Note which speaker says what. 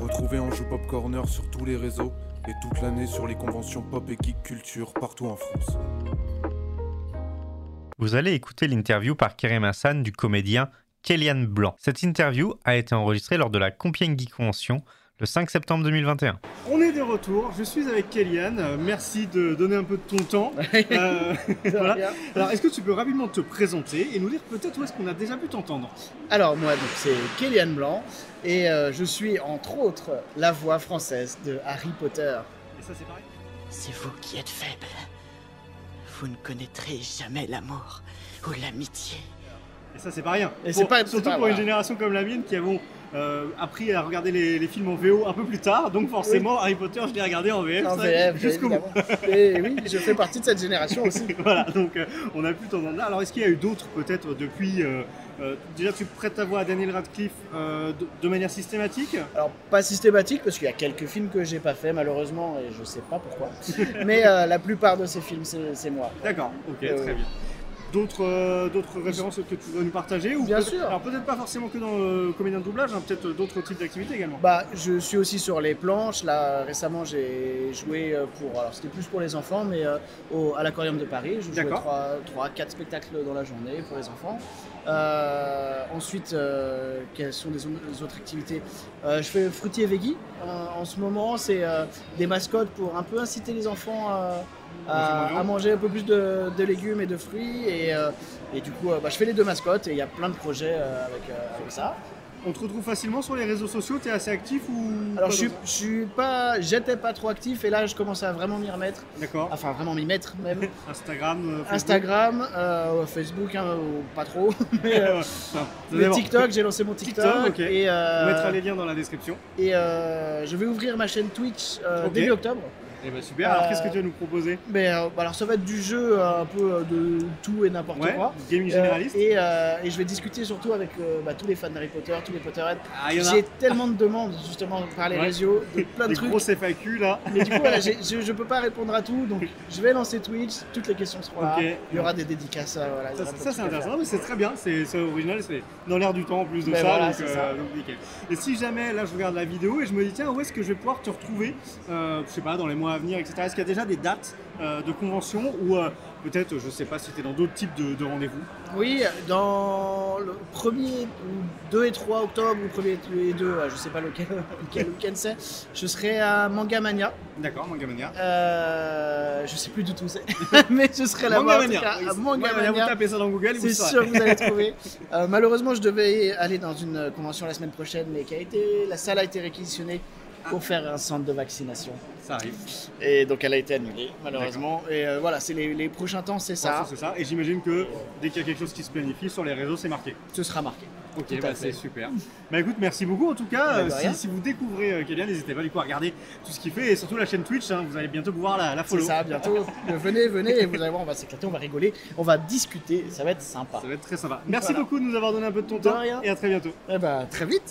Speaker 1: Retrouvez Anjou Pop Corner sur tous les réseaux et toute l'année sur les conventions pop et geek culture partout en France.
Speaker 2: Vous allez écouter l'interview par Kerem Hassan du comédien Kélian Blanc. Cette interview a été enregistrée lors de la Compiègne Geek Convention le 5 septembre 2021.
Speaker 3: On est de retour, je suis avec Kélian, Euh, merci de donner un peu de ton temps. Euh, voilà. Alors est-ce que tu peux rapidement te présenter et nous dire peut-être où est-ce qu'on a déjà pu t'entendre
Speaker 4: Alors moi, donc c'est Kélian Blanc et euh, je suis entre autres la voix française de Harry Potter.
Speaker 3: Et ça c'est pareil
Speaker 5: C'est vous qui êtes faible. Vous ne connaîtrez jamais l'amour ou l'amitié.
Speaker 3: Et ça c'est pas rien.
Speaker 4: Et
Speaker 3: Pour-
Speaker 4: c'est pas- c'est
Speaker 3: surtout
Speaker 4: pas-
Speaker 3: pour
Speaker 4: voilà.
Speaker 3: une génération comme la mienne qui avons euh, appris à regarder les, les films en VO un peu plus tard, donc forcément Harry Potter je l'ai regardé en VF,
Speaker 4: En
Speaker 3: ça,
Speaker 4: VF,
Speaker 3: jusqu'au bout.
Speaker 4: évidemment. Et oui, je fais partie de cette génération aussi.
Speaker 3: voilà, donc euh, on a pu t'entendre là. Alors est-ce qu'il y a eu d'autres peut-être depuis euh, euh, Déjà tu prêtes ta voix à Daniel Radcliffe euh, de, de manière systématique
Speaker 4: Alors pas systématique parce qu'il y a quelques films que j'ai pas fait malheureusement et je sais pas pourquoi. Mais euh, la plupart de ces films c'est c'est moi.
Speaker 3: D'accord, ok,
Speaker 4: Euh,
Speaker 3: très bien. D'autres euh, d'autres références que tu veux nous partager ou
Speaker 4: Bien
Speaker 3: peut-être-
Speaker 4: sûr.
Speaker 3: Alors peut-être pas forcément que dans le comédien de doublage, hein, peut-être d'autres types d'activités également.
Speaker 4: Bah, je suis aussi sur les planches. Là, récemment, j'ai joué euh, pour. Alors, c'était plus pour les enfants, mais euh, au- à l'Aquarium de Paris. Je jouais
Speaker 3: D'accord.
Speaker 4: 3, 4 spectacles dans la journée pour les enfants. Euh, ensuite, euh, quelles sont les, o- les autres activités Euh, Je fais Fruity et Veggie. Euh, en ce moment, c'est euh, des mascottes pour un peu inciter les enfants euh, à, à manger un peu plus de, de légumes et de fruits. Et, euh, et du coup, euh, bah, je fais les deux mascottes et il y a plein de projets euh, avec, euh, avec ça.
Speaker 3: On te retrouve facilement sur les réseaux sociaux, t'es assez actif ou
Speaker 4: Alors
Speaker 3: pas
Speaker 4: je suis,
Speaker 3: dans-
Speaker 4: je suis pas, j'étais pas trop actif et là je commence à vraiment m'y remettre,
Speaker 3: D'accord.
Speaker 4: enfin vraiment m'y mettre même.
Speaker 3: Instagram, euh, Facebook.
Speaker 4: Instagram, euh, Facebook, hein, euh, pas trop, mais, euh,
Speaker 3: Ouais, ça, ça
Speaker 4: mais
Speaker 3: dépend.
Speaker 4: TikTok, j'ai lancé mon TikTok,
Speaker 3: TikTok, ok.
Speaker 4: et,
Speaker 3: On
Speaker 4: euh,
Speaker 3: mettra les liens dans la description.
Speaker 4: et euh, je vais ouvrir ma chaîne Twitch euh,
Speaker 3: Ok.
Speaker 4: début octobre.
Speaker 3: Et bah super. Alors
Speaker 4: Euh,
Speaker 3: qu'est-ce que tu vas nous proposer
Speaker 4: Mais euh, bah, alors ça va être du jeu euh, un peu euh, de tout et n'importe
Speaker 3: Ouais,
Speaker 4: quoi.
Speaker 3: gaming généraliste.
Speaker 4: Euh, et, euh, et je vais discuter surtout avec euh, bah, tous les fans d'Harry Potter, tous les Potterheads.
Speaker 3: Ah, il y en a
Speaker 4: J'ai tellement de demandes justement par les
Speaker 3: Ouais.
Speaker 4: réseaux, de plein de
Speaker 3: des
Speaker 4: trucs.
Speaker 3: grosses FAQ là.
Speaker 4: Mais du coup, voilà, j'ai- je, je peux pas répondre à tout, donc je vais lancer Twitch, toutes les questions seront là.
Speaker 3: Ok.
Speaker 4: Il y aura des dédicaces, euh, voilà. il y
Speaker 3: Ça,
Speaker 4: aura
Speaker 3: ça,
Speaker 4: plein
Speaker 3: ça,
Speaker 4: de
Speaker 3: c'est
Speaker 4: trucs à
Speaker 3: intéressant, Non, mais c'est très bien, c'est c'est original, c'est dans l'air du temps en plus de
Speaker 4: Ben
Speaker 3: ça,
Speaker 4: voilà,
Speaker 3: donc,
Speaker 4: c'est
Speaker 3: euh,
Speaker 4: ça.
Speaker 3: donc nickel. Et si jamais là je regarde la vidéo et je me dis tiens où est-ce que je vais pouvoir te retrouver, euh, je sais pas dans les mois à venir, etc. Est-ce qu'il y a déjà des dates euh, de convention ou euh, peut-être je sais pas si t'es dans d'autres types de, de rendez-vous.
Speaker 4: faire. Oui, dans le 1er, ou 2 et 3 octobre, ou 1er et 2, euh, je sais pas lequel, lequel week-end c'est, je serai à Manga Mania.
Speaker 3: D'accord, Manga Mania.
Speaker 4: Euh, je sais plus du tout où c'est, mais je serai là-bas. en tout cas,
Speaker 3: oui,
Speaker 4: à
Speaker 3: c'est-
Speaker 4: Manga
Speaker 3: Manga Mania,
Speaker 4: Mania.
Speaker 3: Vous tapez ça dans Google, vous
Speaker 4: C'est
Speaker 3: saurez.
Speaker 4: sûr que vous allez trouver. Euh, malheureusement, je devais aller dans une convention la semaine prochaine, mais qui a été, la salle a été réquisitionnée
Speaker 3: Ah.
Speaker 4: pour faire un centre de vaccination.
Speaker 3: Ça arrive.
Speaker 4: Et donc elle a été annulée, malheureusement. Et euh, voilà, c'est les, les prochains temps, c'est
Speaker 3: Ça,
Speaker 4: ça.
Speaker 3: c'est ça. Et j'imagine que dès qu'il y a quelque chose qui se planifie sur les réseaux, c'est marqué.
Speaker 4: Ce sera marqué. Tout
Speaker 3: Ok,
Speaker 4: à
Speaker 3: bah,
Speaker 4: fait.
Speaker 3: c'est super. Bah écoute, merci beaucoup en tout cas.
Speaker 4: Bah,
Speaker 3: Euh,
Speaker 4: de
Speaker 3: si,
Speaker 4: rien.
Speaker 3: si vous découvrez euh, Kélian, n'hésitez pas du coup à regarder tout ce qu'il fait et surtout la chaîne Twitch. hein, vous allez bientôt pouvoir la, la
Speaker 4: C'est
Speaker 3: follow.
Speaker 4: ça, bientôt. Euh, venez, venez, et vous allez voir, on va s'éclater, on va rigoler, on va discuter, ça va être sympa.
Speaker 3: Ça va être très sympa. Merci
Speaker 4: Voilà.
Speaker 3: beaucoup de nous avoir donné un peu de ton
Speaker 4: De
Speaker 3: temps
Speaker 4: rien.
Speaker 3: et à très bientôt.
Speaker 4: Eh ben, très vite.